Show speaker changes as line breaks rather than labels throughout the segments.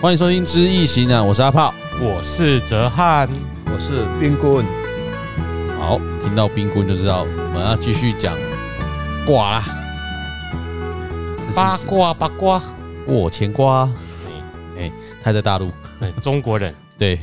欢迎收听《知易行难》，我是阿炮。
我是泽汉，
我是冰棍，
好，听到冰棍就知道我们要继续讲卦啦。
八卦八卦，
我乾卦，哎、他在大陆，
哎中国人，
对。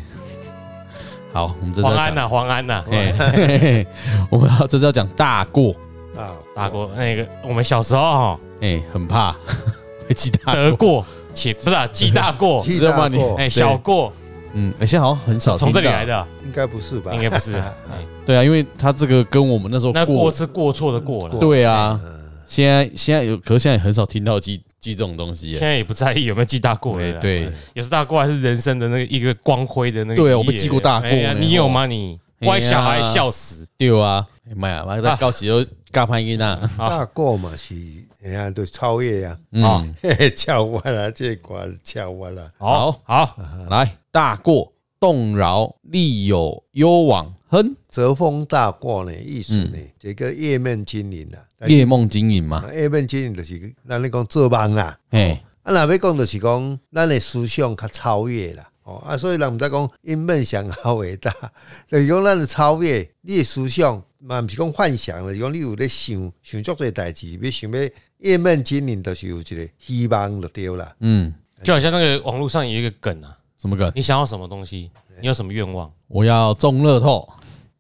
好，我们这次
黄
要
安
讲，
啊呐，黄安呐，
哎、 嘿嘿嘿我们要这次要讲大过，
啊，
打过那个我们小时候哈
哎、很怕 被记大
得
过，
过且不是啊，记大过，
替
知道吗
大
你
过
哎小过，
嗯，哎、现在好像很少
从这里
听到
来，的，
应该不是吧？
应该不 是，
啊
哎
对啊，因为他这个跟我们那时候
那
过
过是过错的过了，
对啊，
嗯
现在现在有，可是现在也很少听到记记这种东西耶
现。在也不在意有没有记大过
哎
了，，
对
有时大过还是人生的那个一个光辉的那个，
对啊我被记过大过
哎呀
呢
你有吗？你
哎呀
乖小孩笑死，
对啊，哎妈呀，妈在高时又加潘音啊，
啊
大过嘛是，你看都超越 呀，
好
嗯，
嘿嘿翘弯了，这瓜是翘弯了，
好好，
来大过动饶，利有攸往，亨
折风大过呢，意思
嗯
呢，这个叶面精灵啊，
夜梦经营嘛，
啊叶面精灵就是，咱咧讲做梦啦，
嘿，
啊，若要讲就是讲，咱的思想较超越啦。哦啊，所以人毋知讲因梦想好伟大， 就是讲咱的超越，你的思想嘛，毋是讲幻想就是讲你有咧想想足侪代志，要想要夜梦精灵，就是有一个希望就对啦。
嗯，
就好像那个网络上有一个梗啊，
什么梗？
你想要什么东西，你有什么愿望，
我要中乐透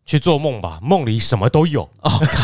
去做梦吧，梦里什么都有，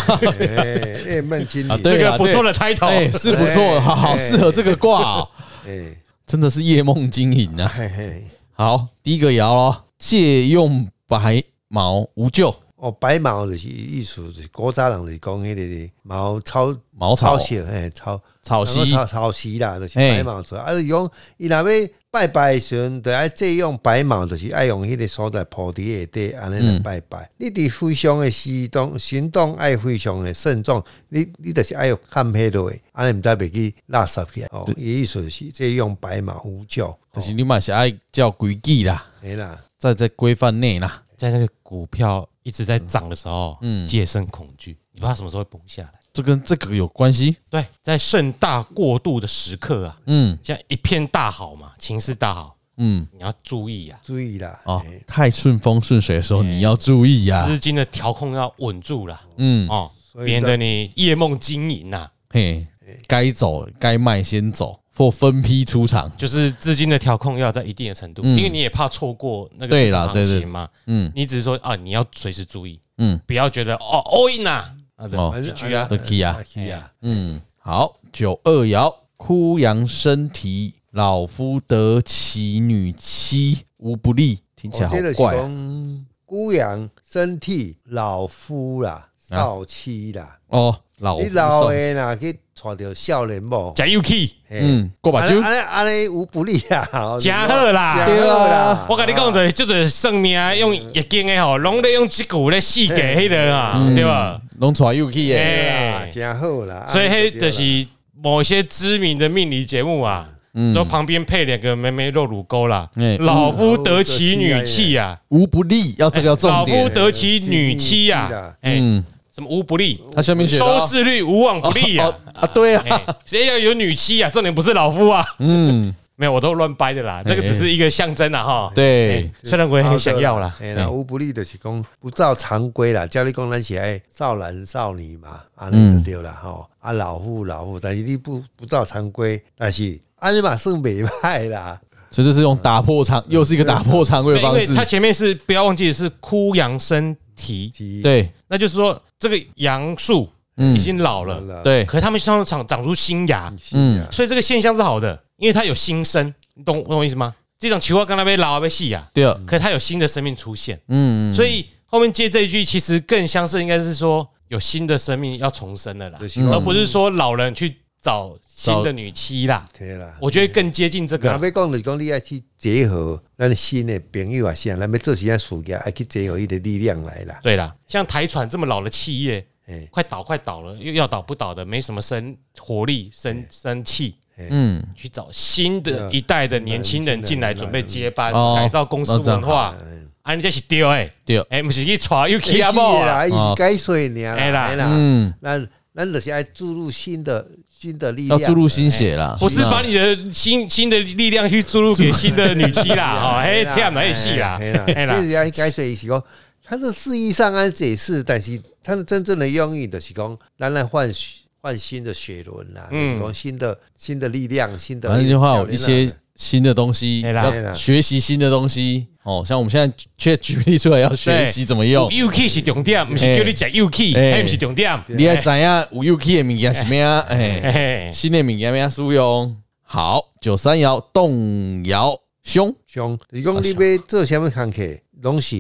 哎夜梦精
啊
灵，
哦对
这
啊
个不错的
哎，
title，
是不错，
哎
好好
哎
适合这个卦哦，
哎，
真的是夜梦经营啊。
嘿嘿，
好，第一个爻咯，借用白毛无咎，
哦，白毛就是意思，就是古早人就是讲迄个毛草
茅草
草色，嘿，草
草席，
草草席啦，就是
嘿
白毛做。啊，就是讲伊若要拜拜的时阵，就爱借用白毛，就是爱用迄个所在菩提下底安尼
嗯
来拜拜。你伫非常的行动，行动爱非常的慎重，你你就是爱有看迄落的，安尼毋知袂去垃圾去啊。哦，伊意思就是借用白毛无咎，
就
哦
是你嘛是爱叫规矩啦。
嘿啦，
在在规范内啦。
在那个股票一直在涨的时候，
嗯
嗯，戒慎恐惧，你不知道什么时候会崩下来。
这跟这个有关系。
对，在盛大过度的时刻啊，
嗯
现在一片大好嘛，情势大好，
嗯，
你要注意啊，
注意啦。
哦
嘿，
太顺风顺水的时候你要注意呀、
资金的调控要稳住啦，
啊嗯，
哦，
所以
免得你夜梦啊经营呐。
嘿，该走该卖先走，或分批出场。
就是资金的调控要在一定的程度，
嗯
因为你也怕错过那个
对
市
啦
场行
对对
情嘛。
嗯
你只是说啊，你要随时注意，
嗯，
不要觉得哦 all in 啊，啊对
哦
反正
去啊
就去啊
去啊，
嗯，好，九二爻，枯阳身体，老夫得其女妻，无不利。听起
我
来好
哦
哦这就是
怪啊、
讲孤阳身体老夫啦，
啊
少妻啦。
哦，老夫
你老
少。
的啦，去娶着少年某，
加 UK，
嗯，
嗯，过把
安
酒
尼。
啊
安尼安尼无不利啊，
加贺啦
加贺啦，
我跟你讲
啊
的，就是算命啊用易经的吼，拢咧用即句咧四给迄个啊，
嗯
对吧？
拢传又去耶，
啊，
哎，
加贺啦，
所以
安尼
迄就是某些知名的命理节目啊，
嗯
都旁边配两个妹妹露乳沟啦
哎，
老夫得其女妻啊，
无不利，要嗯这个要重
老夫
点。
得其女妻
妻
啊
啦，
哎，
嗯，
什么无不利，
他下面写的
收
啊
视率无往不利啊
哦，啊，对啊，
哎谁要有女妻啊？重点不是老夫啊，
嗯，
没有，我都乱掰的啦，那个只是一个象征啊，哈。
哎对
哎，，虽然我也很想要啦，嗯
哎啦，无不利就是讲不照常规啦，照你讲咱是爱少男少女嘛，安尼
嗯
就对啦吼，啊老夫老夫，但是你不不照常规，但是安尼嘛算袂歹啦，
所以这是用打破常，又是一个打破常规的
对，因
方
为它
式。
前面是不要忘记是枯杨生提，
是，
对，
那就是说这个杨树
嗯
已经老
好
了，
啦，
对，
可是它们上长长出新芽，
嗯，
所以这个现象是好的，因为它有新生，你懂我懂我意思吗？这种球花刚才被老啊被细芽，
第二，
可是它有新的生命出现，
嗯，
所以后面接这一句其实更像是应该是说有新的生命要重生了啦
就，是讲
嗯而不是说老人去找新的女妻啦。
对啦。
我觉得更接近这
若
个，
要讲就是讲，你爱去结合咱新的朋友啊，啥，咱要做一件事业，爱去结合伊的力量来啦。
对啦，像台船这么老的企业，
哎
快倒快倒了，又要倒不倒的，没什么生活力、生生气，
嗯，
去找新的
嗯
一代的年轻人进来，
嗯
准备接班，
哦
改造公司文化。啊，你这是丢哎，
第二，
哎，不是去传又去
起
阿某啊，
啦，伊
哦
是解水尔啦，
哎啦
哎啦，
嗯，
咱咱就是爱注入新的新的力
要
量，
注入
哦
心血啦。
不是把你的新新的力量去注入给新的女妻啦，哈，
哎
嘿，这样来戏啦，
嘿啦
嘿啦哎
这，是要解释是讲，他的字义上安解释，但是他的真正的用意就是讲，咱来换血换新的血轮啦，
嗯
嗯，讲新的新的力量，新的
反正就话有一些新的东西，
嘿啦
嘿啦
要学习新的东西。哦，像我们现在 Chat GPT 出来要学习怎么用，
有 UK 是重点，不是叫你讲 UK，
哎
还不是重点，
你要怎样有 UK 的物件是咩啊？哎，
嘿，
新的物件咩使用？好，九三爻动摇凶，
凶，就是讲你要做什么工课，拢是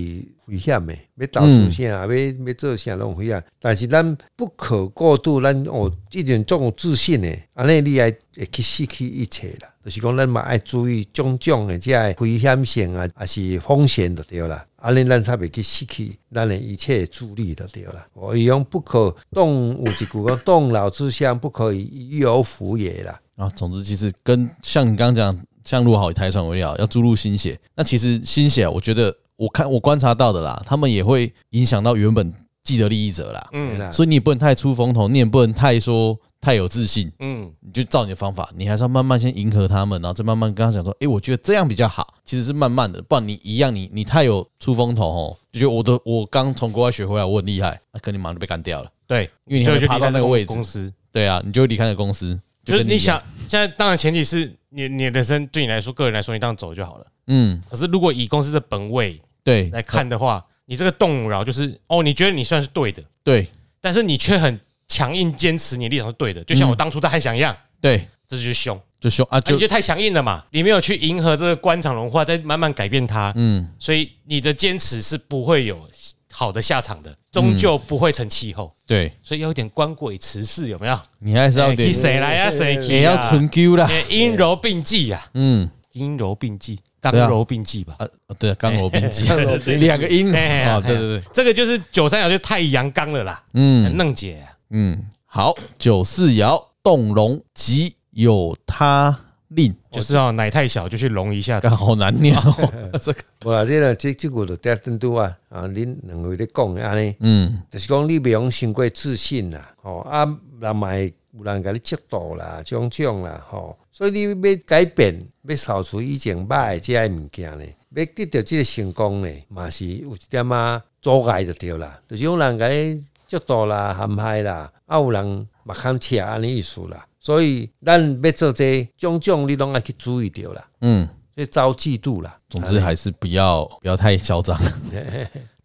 危险的，要导出啥，要要做啥拢危险。但是咱不可过度，咱哦一定种有自信的，安尼你爱会去失去一切啦。就是讲咱嘛爱注意种种的这些危险性啊，还是风险就对啦。安尼咱才袂去失去咱的一切助力就对啦。我伊讲不可动，有一句讲动脑之象，不可以一有福也啦。
啊，总之其实跟像你刚刚讲，像录好以台船为要要注入新血。那其实新血，我觉得我看我观察到的啦，他们也会影响到原本既得利益者啦。
对
嗯
啦
所以你也不能太出风头，你也不能太说太有自信，
嗯，
你就照你的方法，你还是要慢慢先迎合他们，然后再慢慢跟他讲说，诶，我觉得这样比较好。其实是慢慢的，不然你一样，你你太有出风头哦，就觉得我的我刚从国外学回来，我很厉害，啊那、可你马上就被干掉了。
对，
因为你
所
还没
以就
爬到那个位置
公司，
对啊，你就会离开那个公司。
就是
跟你
你
一样
想，，现在当然前提是你你的人生对你来说，个人来说，你当然走就好了。
嗯，
可是如果以公司的本位
对，
来看的话，你这个动摇就是哦，你觉得你算是对的，
对
但是你却很强硬坚持你的立场是对的，就像我当初在汉翔一样，
对，
这就是凶，啊
就凶嗯啊，就
你就太强硬了嘛，你没有去迎合这个官场文化，再慢慢改变它，
嗯，
所以你的坚持是不会有好的下场的，终
嗯
究不会成气候。
对
所以要有点棺椁辞世，有没有？
你还是要有点
哎去谁来啊？谁去啊
也要存 Q 啦，
哎阴柔并济啊呀、
嗯
阴柔并济，刚
对啊
柔并济吧。
啊，对，刚柔并 济，
柔并济
两个音
哎
啊，
呀
对对对，
这个就是九三爻就太阳刚了啦，很
嗯
嫩姐、啊。
嗯，好，九四爻动龙即有他令，
就是哦，奶太小就去隆一下，
干好难念 哦，这个，
无啦，这个这这句就点真拄啊！啊，恁两位咧讲的安尼，
嗯
就是讲你袂用伤过自信啦，吼啊，人嘛会有人甲你嫉妒啦，种种啦，吼，所以你要改变，要扫除以前歹的这些物件呢，要得到这个成功呢，嘛是有一点啊阻碍就对啦，就是讲人甲你嫉妒啦、陷害啦，啊有人嘛坎切安尼意思啦，所以咱要做这种种，你拢爱去注意到啦，
嗯，
去招嫉妒啦，
总之还是不要不要太嚣张，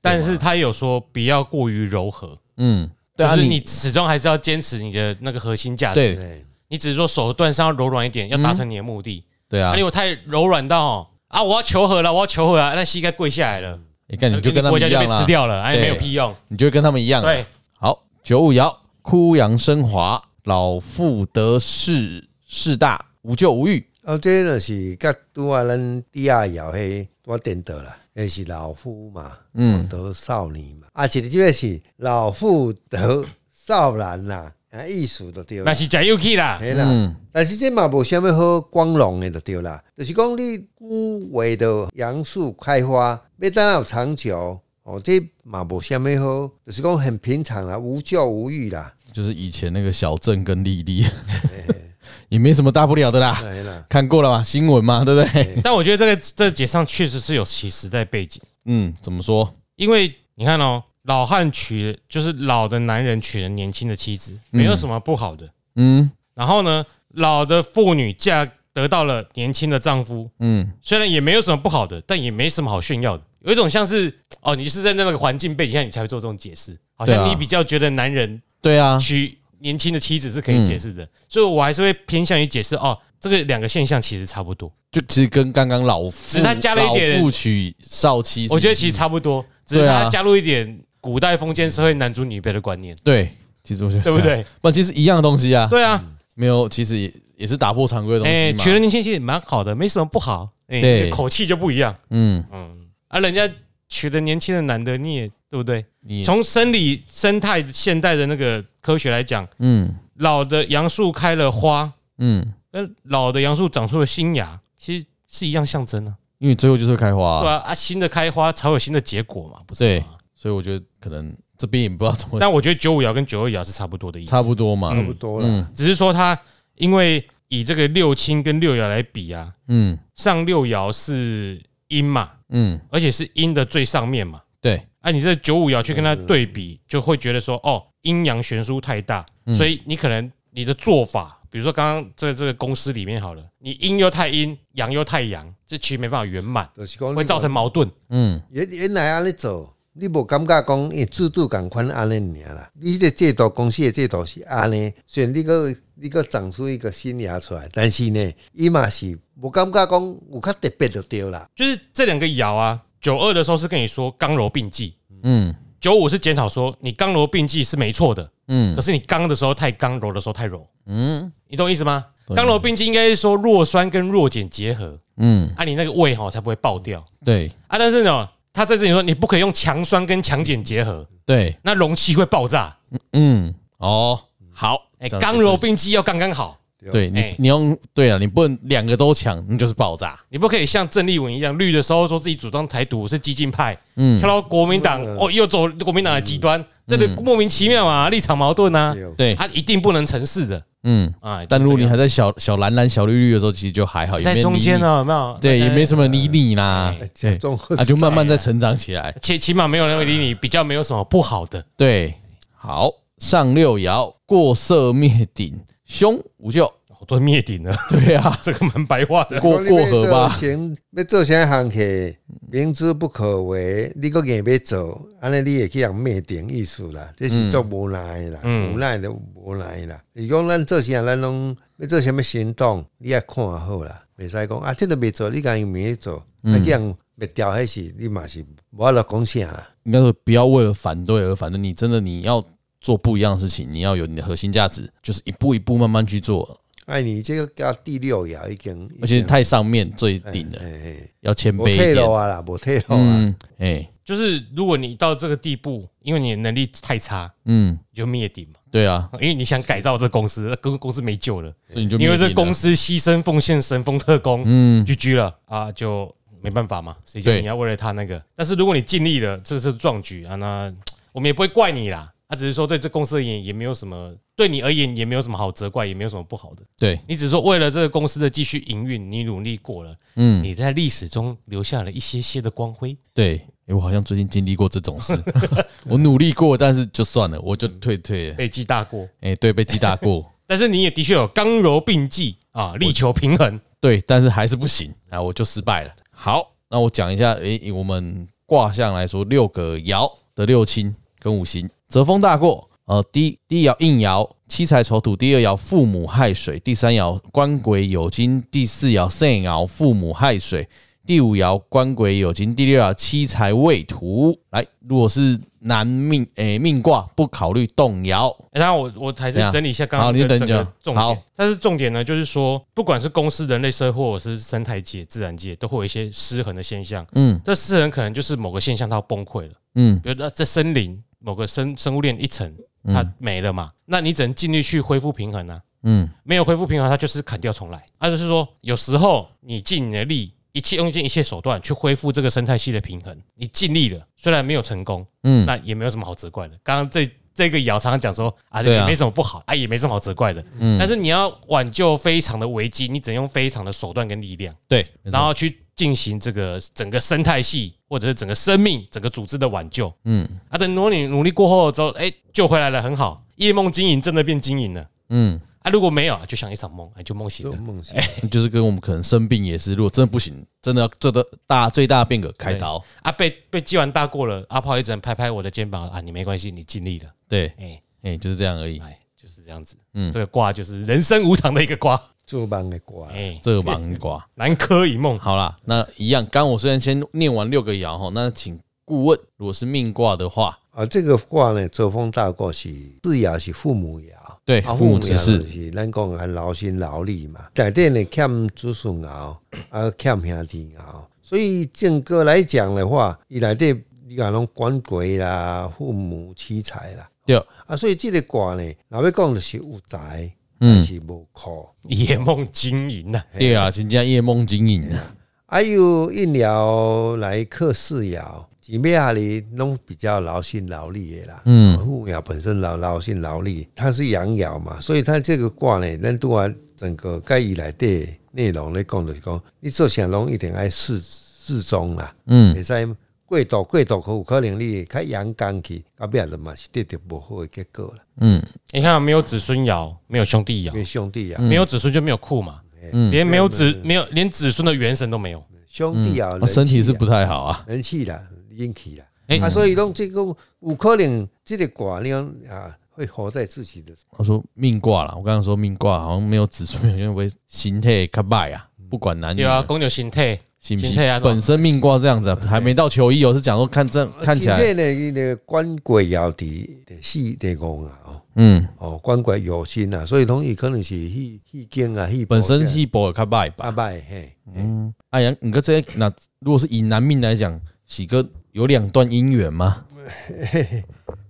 但是他有说不要过于柔和，
嗯，对
就
啊，
是你哎始终还是要坚持你的那个核心价值。
对
对。
你只是说手段上要柔软一点，要达成你的目的。
对啊
啊，，如果太柔软到哦啊，我要求和了，我要求和了，那膝盖跪下来了，
你看你嗯就跟他
哎
们
国家
一
就
样
被吃
啦，
掉了，哎，
对
没有屁用。
你就会跟他们一样啦，
对，
好，九五爻，枯阳生华，老妇得势，势大，无咎无欲。
啊，这就是甲拄啊，咱第二爻迄我颠倒啊啦，迄是老夫嘛，嗯，得少年嘛，啊，一个即个是老妇得少男啦，啊，意思就对
那
啦，
是假 UK 啦，
系啦。
嗯
但是这嘛无虾米好光荣的就对啦，就是讲你古为的杨树开花，要等到长久，哦，这嘛无虾米好，就是讲很平常啦，无咎无欲啦，
就是以前那个小郑跟丽丽，
哎
也没什么大不了的啦。
系啦，
看过了嘛，新闻嘛，对不对？
但我觉得这个这个解上确实是有其时代背景，
嗯，怎么说？
因为你看哦，老汉娶就是老的男人娶了年轻的妻子，没有什么不好的。
嗯
然后呢，老的妇女嫁得到了年轻的丈夫，
嗯，
虽然也没有什么不好的，但也没什么好炫耀的。有一种像是哦，你是在那个环境背景下，你才会做这种解释，好
对
像
啊
你比较觉得男人
对啊，
娶年轻的妻子是可以解释的，所以我还是会偏向于解释哦，这个两个现象其实差不多，
就其实跟刚刚老妇，
只是他加了一点
老妇娶少妻，
我觉得其实差不多，只是
对啊
它加入一点古代封建社会男主女卑的观念，
对，其实我觉得啊
对不？对？
不，其实一样的东西啊，
对啊，
没有，其实也也是打破常规的东
哎，
西嘛。
娶了年轻妻子蛮好的，没什么不好，哎
对，
口气就不一样，
嗯，
嗯，啊，人家娶了年轻的男的，你也对不对？
你
从生理生态现代的那个科学来讲，
嗯
老的杨树开了花，
嗯，
跟老的杨树长出了新芽，其实是一样象征啊，
因为最后就是会开花
对
啊，
啊，啊，新的开花才有新的结果嘛，不是
对
吗？
所以我觉得可能这边也不知道怎么，
但我觉得九五爻跟九二爻是差不多的意思，
差
啊
不多嘛。
差不多了。
嗯
只是说它因为以这个六亲跟六爻来比啊，
嗯
上六爻是阴嘛，
嗯，
而且是阴的最上面嘛。
对，
啊，你这九五爻去跟它对比，就会觉得说，哦，阴阳悬殊太大，所以你可能你的做法，比如说刚刚这这个公司里面好了，你阴又太阴，阳又太阳，这其实没办法圆满，
就是讲你
会造成矛盾。
嗯
原原来安尼做，你无感觉讲诶制度共款安尼尔啦？你这制度公司的制度是安尼，虽然你个你个长出一个新芽出来，但是呢，伊嘛是无感觉讲有较特别就对啦。
就是这两个爻啊，九二的时候是跟你说刚柔并济，
嗯
九五是检讨说你刚柔并济是没错的，
嗯
可是你刚的时候太刚，柔的时候太柔，
嗯
你懂我意思吗？
懂
刚柔并济应该是说弱酸跟弱碱结合，
嗯，
啊，你那个胃哈才不会爆掉
对
啊。但是呢，他在这里说你不可以用强酸跟强碱结合，
对，
那容器会爆炸。
嗯哦，好，
哎，
这样
刚
就是
柔并济要刚刚好，
对
哎
你你用对啊，你不能两个都抢，那就是爆炸。
你不可以像郑丽文一样绿的时候说自己主张台独是激进派，
嗯
跳，到国民党哦又走国民党的极端，这个莫名其妙啊，立场矛盾啊，
对
对，
他一定不能成事的
嗯。
啊。
但如果你还
就
在
是
小小蓝蓝小绿绿的时候，其实就还好，
这
也
样
没
在中间
呢，
呢，有没有？
哦对，也没
么。
什么理你啦
哎，
对，
中
啊，就慢慢再成长起来。
起起码没有人会理你，比较没有什么不好的。
对，好，上六爻过色灭顶，凶无咎。
我都灭顶了，
对啊，
这个蛮白话的。
过过河吧。
行，要做啥行去，明知不可为，你个硬要做，安尼你会去人灭顶意思啦，这是做无奈的啦，
嗯
无奈的无奈啦。你讲咱做啥，咱拢要做啥物行动，你也看好啦，袂使讲啊，这都袂做，你讲又袂做，
嗯
啊那去人灭掉迄是你嘛是无法度讲啥啦。
应该说不要为了反对而反对，你真的你要做不一样的事情，你要有你的核心价值，就是一步一步慢慢去做，
哎，你这个叫第六爻已经，
而且太上面最顶了，
哎哎，
要谦
无
卑一
退路
点。
啊啦，无退路啊，
嗯，哎，
就是如果你到这个地步，因为你的能力太差，
嗯，
你就灭顶嘛。
对啊，
因为你想改造这公司，公公司没救了，
所以你就
因为这公
司，
司牺牲奉献神风特工，
嗯，
居居了啊，就没办法嘛。谁叫
对
你要为了他那个？但是如果你尽力了，这是壮举啊，那我们也不会怪你啦。他、只是说对这公司而言也没有什么，对你而言也没有什么好责怪，也没有什么不好的。
对，
你只说为了这个公司的继续营运，你努力过了，
嗯，
你在历史中留下了一些些的光辉。
对。诶我好像最近经历过这种事， 我努力过，但是就算了，我就退退了。
被记大过，
哎、对，被击打过，
但是你也的确有刚柔并济啊，力求平 衡。
对，但是还是不行啊，我就失败了。好，那我讲一下，诶、以我们卦象来说，六个爻的六亲跟五行，泽风大过。呃，第第一爻应爻，七财丑土；第二爻父母亥水；第三爻官鬼酉金；第四爻肾爻父母亥水；第五爻官鬼酉金；第六爻七财未土。来，如果是男命，诶、命卦不考虑动爻，
诶然后哎我我还是
怎样
整理一下刚刚
好你
的
等
整
一下
个重点
好，
但是重点呢，就是说，不管是公司、人类社会，或者是生态界、自然界，都会有一些失衡的现象。
嗯
这失衡可能就是某个现象它崩溃了，
嗯
比如说在森林某个生生物链一层它没了嘛，那你只能尽力去恢复平衡啊。
嗯
没有恢复平衡，它就是砍掉重来。啊，就是说，有时候你尽你的力，一切用尽一切手段去恢复这个生态系的平衡，你尽力了，虽然没有成功，
嗯，
那也没有什么好责怪的。刚刚这这个姚常常讲说啊，
对啊嗯
也没什么不好，啊，也没什么好责怪的。但是你要挽救非常的危机，你只能用非常的手段跟力量，
对，
然后去进行这个整个生态系或者是整个生命、整个组织的挽救。
嗯
啊，等如果你努力过后之后，哎，救回来了，很好，夜梦经营真的变经营了。
嗯。
啊，如果没有，就像一场梦，哎，就梦醒
做
了。
梦想。
就是跟我们可能生病也是，如果真的不行，真的要做的大最大的变革开刀，
啊，被被击完大过了，阿炮一直拍拍我的肩膀啊，你没关系，你尽力了，
对，
哎
哎、就是这样而已。
哎，就是这样子。
嗯
这个卦就是人生无常的一个卦，
做梦的歌啦，
哎，
这个盲瓜，
南柯一梦。
好啦，那一样。刚我虽然先念完六个爻哈，那请顾问，如果是命卦的话，
啊，这个卦呢，泽风大过是字爻是父母爻，
对
啊
父母之
爻
事
就是咱讲的劳心劳力嘛。在底呢欠子孙爻，啊欠兄弟爻，所以正哥来讲的话，伊内底你讲拢管鬼啦、父母妻财啦，
对，
啊，所以这个卦呢，老要讲就是有财，但
嗯，
是无靠。
夜梦经营呐、
啊对啊，请加夜梦经营啊，
还有应爻来克四爻，几咩啊里弄比较劳心劳力的啦。
嗯
互爻哦本身劳劳心劳力，它是阳爻嘛，所以它这个卦呢，咱都啊整个该以来的内容来讲就是讲，你做啥拢一定爱适适中啦，
嗯
袂使过度过度，可有可能你会较阳刚去，到尾了嘛是得到无好的结果啦。
嗯
你看啊没有子孙爻，没有兄弟
哦
因为
爻，
兄弟啊，
没有子孙就没有库嘛，
嗯，
连没有子没有连子孙的元神都没有。
兄弟啊，
我嗯哦身体是
人气啊
不太好啊。
人气啦，运气啦。
哎
啊，所以讲这个有可能这个卦你讲啊，会活在自己的
我说命卦啦，我刚刚说命卦好像没有子孙， 因为形态较歹啊，不管男女
对啊，，公牛心态，
是不
形态
是
啊？
本身命卦这样子啊，还没到求医哦，是讲说看这
呃
看起来，
现在啊呢，那个官鬼爻第第四第五啊，哦
嗯，
哦，官鬼有心啊，所以讲伊可能是迄迄经啊，迄
本身细胞较歹吧
阿。拜啊嘿，
嗯，哎呀，你个这些那如果是以男命来讲，喜哥有两段姻缘吗？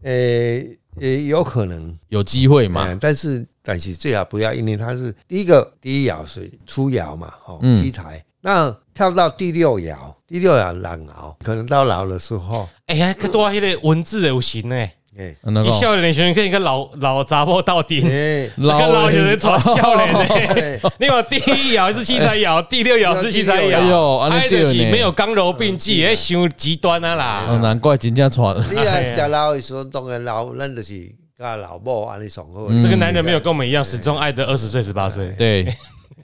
诶也有可能
有机会吗？
嘛，但是但是最好不要，因为它是第一个第一爻是初爻嘛，哦，
嗯
七财，那跳到第六爻，第六爻狼爻，可能到老的时候，
哎呀，可多迄个文字的有型呢。
诶
啊那
你
个
笑脸选跟一个老老杂货 到底，
诶，
那个老就是
人哦
传笑脸的。
嘿
你有第一爻是七彩 爻，第六爻是七彩
哎
呦啊
爻，
安尼
哎，
对
就是
呢嗯
没有刚柔并济，哎，伤极端 啊
哦，
啦。
难怪人家传。
你啊，食老的时候，当然老，咱就是甲老母安尼上好。
嗯这个男人没有跟我们一样始终爱的二十岁、十八岁，
对，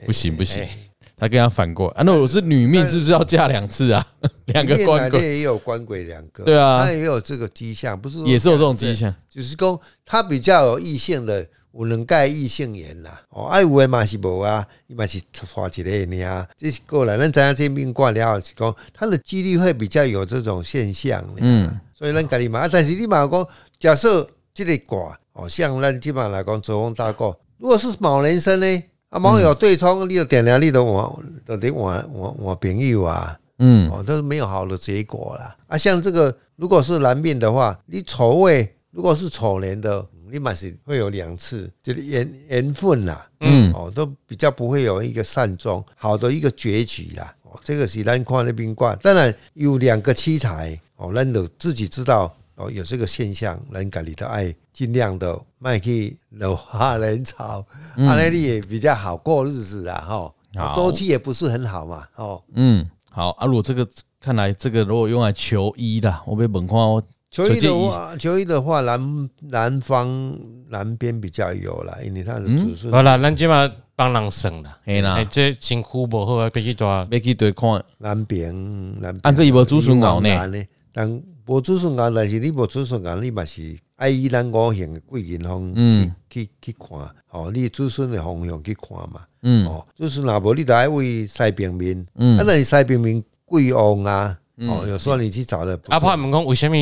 不行不行，他跟他反过来。啊，那我是女哎命，是不是要嫁两次啊？两个官
鬼
鬼
也有官鬼两个，
对啊
他也有这个迹象，不是说
也是有这种迹象。
只是讲他比较有异性的，有能盖异性缘啦。哦，爱有的嘛是无啊，伊嘛是刷一个尔啊，这是过来。咱知影这命卦了后是讲，他的几率会比较有这种现象。
嗯，
所以咱家己嘛，啊，但是你嘛讲，假设这个卦哦，像咱基本上来讲，左翁大过，如果是卯人生呢，啊，卯有对冲，你就点了，你就换，就得换换换朋友啊，
嗯
哦，都是没有好的结果啦。啊，像这个如果是男命的话，你丑位如果是丑年的，你嘛是会有两次，这个缘缘分啦，
嗯，
哦，都比较不会有一个善终，好的一个结局啦。哦，这个是咱看那边卦，当然有两个七财哦，咱都自己知道哦，有这个现象，咱家里的爱尽量的卖去惹花人潮， 阿那里也比较好过日子啊，哈、
嗯好
周期也不是很好嘛，哦，
嗯，好啊。如果这个看来这个如果用来求医啦，我被本看哦。
球衣
所以
的
这
话，球衣的话，南南方南边比较有啦，因为它的子孙、
好啦，咱今嘛帮人省啦。
嗯嘿啦嗯
哎这辛苦不好啊，必须多
要去对看，
南边南边。
啊还有无子孙爻呢
呢？但无子孙爻，但是你无子孙爻，你嘛是爱以咱五行的贵人方
嗯
去去去看，哦，你子孙的方向去看嘛。
嗯
哦，子孙若无，你就爱为西平面，啊，
嗯
那你西平面贵旺啊。哦，有时候你去找的不
阿
是
啊怕问讲为什么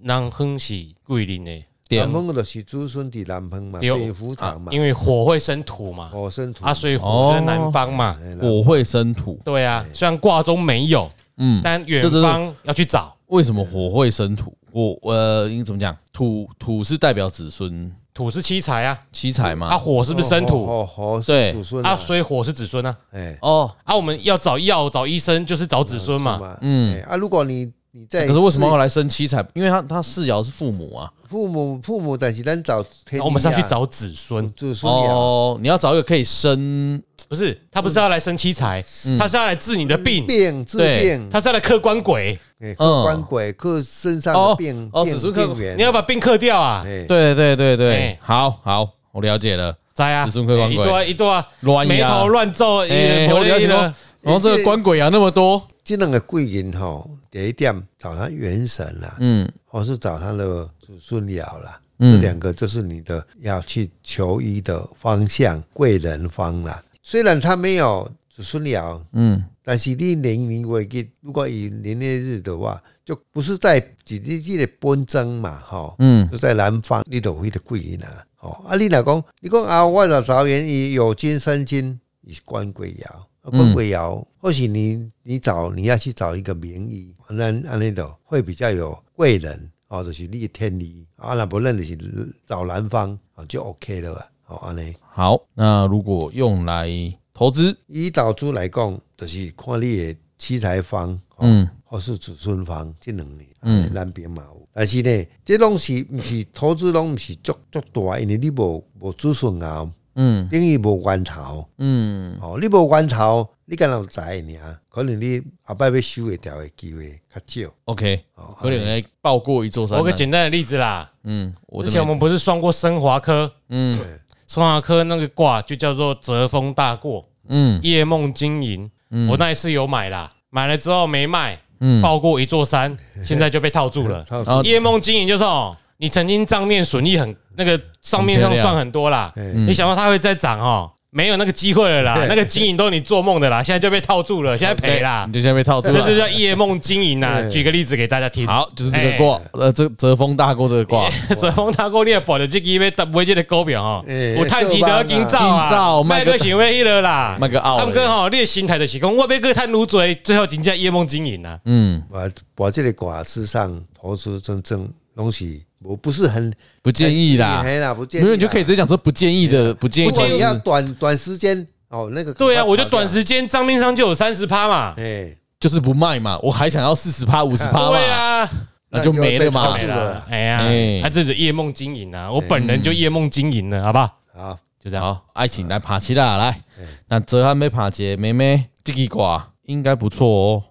人亨是桂林的？
对
南，方的是子孙伫南方嘛，
对啊
所以福长
嗯
嘛，
因为火会生土嘛，
火生土
啊，所以火就是南方嘛。
哦
我会生土。
对
哎
啊，虽然卦中没有，
嗯，
但远方要去找
为什么火会生土？我呃，应该怎么讲？土土是代表子孙
土是七财啊，
七彩嘛
啊。火是不是生土
哦，哦，
对
子孙
啊？所以火是子孙啊，
哎，
哦，
啊我们要找药找医生就是找子孙嘛，
嗯
嗯，哎啊，如果你你在，
可是为什么要来生七彩？因为他他四爻是父母啊。
父母父母等级咱找天地
然哦
啊，
后我们是要去找子孙，
子孙
啊
呀，
哦，你要找一个可以生
不是他不是要来生七财，
嗯
他是要来治你的病，
病治
哦对
病，
他是要来克官鬼，
哎，
嗯
克官鬼克身上的病
哦哦
病
子孙克
病源，
你要把病克掉啊，
嗯哎，
对对对对
哎，
好好，我了解了。
在啊，
子孙克官鬼
哎一段一段
乱
眉头乱皱，
啊哎，我了解了
了。。
然后这个官鬼啊那么多，
这两个贵人吼，第一点找他元神啦，
嗯
或是找他的子孙爻啦。这
嗯
两个就是你的要去求医的方向，贵人方啦。虽然他没有子孙爻，
嗯
但是你年年月日，如果以年月日的话，就不是在自己这个本争嘛，吼、
嗯
就在南方，你都会的贵啦，吼、啊，你若讲，你讲啊，我若桃园伊有金生金，伊是官鬼爻，啊官鬼爻，或许你你找你要去找一个名医，那安尼的会比较有贵人，哦，就是你的天理，啊，若不认就是找南方，啊，就 OK 了啦，哦，安尼。
好，那如果用来投资，
以导主来讲，就是看你的七财方哦
嗯
或是子孙方这两年，嗯，咱边嘛有。但是呢，这拢是毋是投资，拢毋是足足大，因为你无无子孙啊，
嗯
等于无源头。
嗯
哦，你无源头，你敢有财尔？可能你后摆要收会掉的机会较少。
，OK，
哦，
可能来爆过一座山
哎我有
啊。
个简单的例子啦，
嗯，我
之
的
前我们不是算过升华科，
嗯
升华科那个卦就叫做折风大过，
嗯
夜梦经营。我那一次有买啦，买了之后没卖，
嗯，
爆过一座山，现在就被套住了。
然后
夜梦经营就是哦，你曾经账面损益很那个账面上算很多啦，
嗯
你想到它会再涨哦，没有那个机会了啦，那个经营都是你做梦的啦，现在就被套住了，现在赔啦
哎你，就现在被套住
这就
了。
叫夜梦经营呐。
对
举个例子给大家听，
好，就是这个卦，呃，这折风大过这个卦，
泽丰大哥，你的保留这个要买这个股票吼，
欸
哦有趁钱就要紧走啊，
紧走
卖
卖
个
个
想要迄落啦，
卖个拗
他们哥吼，你的心态就是讲，我要个趁愈多，最后真正夜梦经营啊。
嗯，
我我这个卦事上投资真正东西，我不是很
不建议啦，
嘿啦，不哎建议
没
啦。
有你就可以直接讲说不建议的，不建议
如果
投
你要
资。
短短时间哦，那个
对
赶
啊，
快
我就
跑掉
短时间账面上就有三十趴嘛，
哎，
就是不卖嘛，我还想要四十趴、五十趴嘛
对，啊，
那就没了
那就
嘛
对
被套。住
啦
了，
哎呀
哎，
他这是夜梦经营啊，我本人就夜梦经营了，好不好？
好，
就这样，
好，爱情来爬起啦，来，那泽汉被爬起，妹妹这个卦应该不错哦。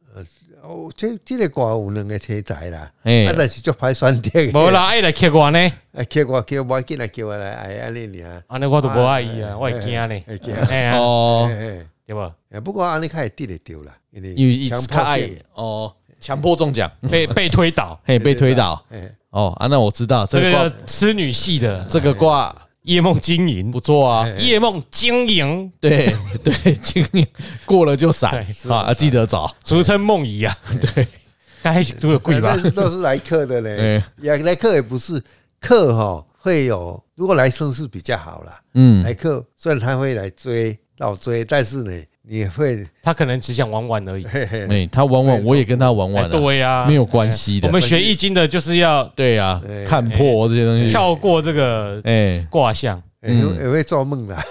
哦，这这个卦有两个车仔啦，
哎
啊，但是足歹选择。
无，啦，爱来客我呢，
啊，叫我叫我进来叫我来，哎，安尼尔，
安尼我都无爱伊啊，我会惊呢，
会惊
哎呀，
哎哦，
哎，
对不？
哎不过安尼较会得得着啦，因
因为
为
一
强
直
迫
看爱
性，
哦，强迫中奖，
被被推倒，
嘿，被推倒
哎，
哦啊，那我知 道这
这
个
个
卦，
痴女系的
这个卦
夜梦经营
不。错啊，
夜梦经营，
对对， 今年过了就闪
对
啊，记得找，
俗称梦 遗啊。对，大家都有贵吧
但？是都是来客的 嘞
哎，
也来客也不是客哈，会有如果来生是比较好啦，
嗯，
来客虽然他会来追绕追，但是呢，你会
他可能只想玩玩而已。
嘿嘿，
哎，他玩玩，我也跟他玩玩
哎
啊，
对呀，
没有关系的
我，们学易经的就是要
对呀
哎，
看破这些东西，
跳过这个
哎，
卦象，
哎也会做梦啦，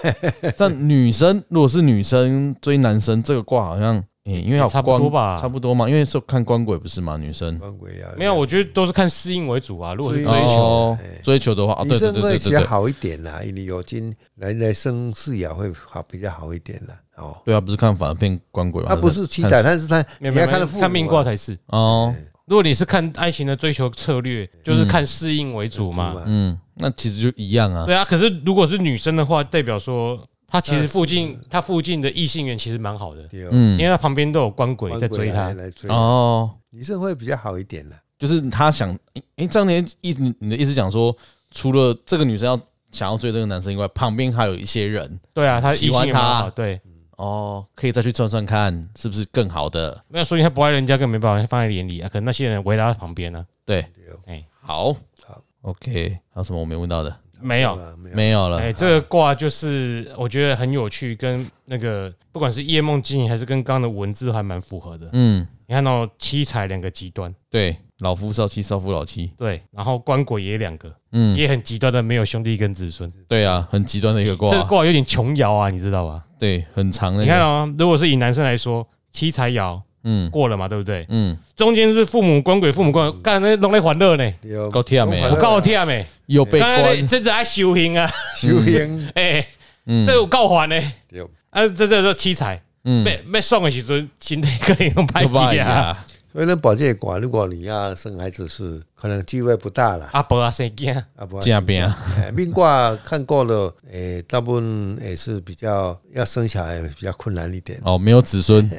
但女生如果是女生追男生，这个卦好像，哎，因为要有
差不多
光
吧
差不多嘛，因为是看官鬼不是嘛，女生
光鬼啊，
没有，我觉得都是看适应为主啊。如果是追
追求
求，
哦
哎
追求的话，哦
女
对对
生
对
会
对
比
对
较
对，
好一点啦，因为有金来来生事也会好比较好一点啦。哦，
对啊，不是看反而变官鬼嘛，
他不是七仔，但是他
没
你
有
要
没
看
有
他父母啊
看命卦才是。
哦，
如果你是看爱情的追求策略，就是看适应为主嘛。
嘛，
嗯，那其实就一样啊，
对啊，可是如果是女生的话，代表说她其实附近
嗯
她附近的异性缘其实蛮好的，
对哦，
嗯
因，为她旁边都有官鬼
官
在
鬼
追她
来。来追，
哦。
女生会比较好一点啦。
就是他想，诶、诶这样你的意你你的意思讲说，除了这个女生要想要追这个男生以外，旁边还有一些人
对啊，她异
喜欢
性缘蛮好
她
对。
哦，可以再去算算看是不是更好的。
没有，所以他不爱人家，根本没把人放在眼里啊。可能那些人围在他旁边啊呢、
对，
哎
好，
好
o k 还有什么我没问到的？
没有。
啊，没有，
没有了。
哎、这个卦就是我觉得很有趣，跟那个不管是夜梦经营还是跟刚刚的文字还蛮符合的。
嗯，
你看到七彩两个极端，
对，老夫少妻，少夫老妻。
对，然后官鬼也两个，
嗯，
也很极端的，没有兄弟跟子孙。
对啊，很极端的一个卦
这，个卦有点琼瑶啊，你知道吧？
对，很长的。
你看，哦，如果是以男生来说，七彩爻
嗯
过了嘛，对不对？
嗯，
中间是父母官鬼，父母官鬼，干那弄来还乐呢，
对哦
够忝的啊
我告天没，
又被
刚刚那
关，
真的爱修行啊，
修行，
哎、
嗯
这有够还呢。
对哦，
啊，这这叫七彩，
嗯，
被被送的时阵，身体可能用拍
又拜
低啊，
呀，
所以呢，保健管，如果你要生孩子是可能机会不大啦。
阿伯啊，生囝，
啊不，
这边啊，
哎命卦看过了， 诶，大部分也是比较要生小孩比较困难一点，
哦，没有子 孙，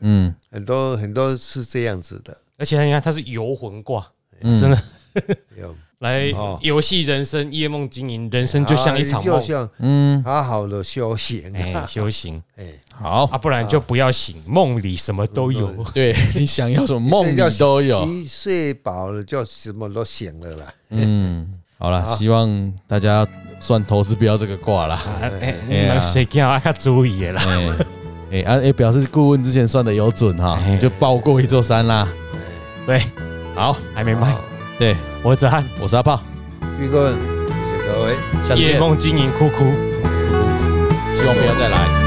嗯，
很多很多是这样子的。
而且你看它是游魂卦，
嗯
真的
对哦
来
哦
游戏人生，夜梦经营，人生就像一场
啊就
梦，
像
嗯，
好好的修行
哎，
啊，
修行
哎，
好，
啊，不然就不要醒，梦里什么都有。
对你想要什么梦里都有。
一睡饱了就什么都醒了啦。
嗯，好了，希望大家算投资不要这个卦啦。
啊哎，
哎呀
那谁囝啊，较注意的啦。
哎哎啊哎，表示顾问之前算的有准哈，
哎
你就报过一座山啦。
对，
好，
还没卖，
对
我只按
我是阿炮，
玉哥，谢谢各位。
下次
夜
见，
梦经营，哭哭。
希望不要再来。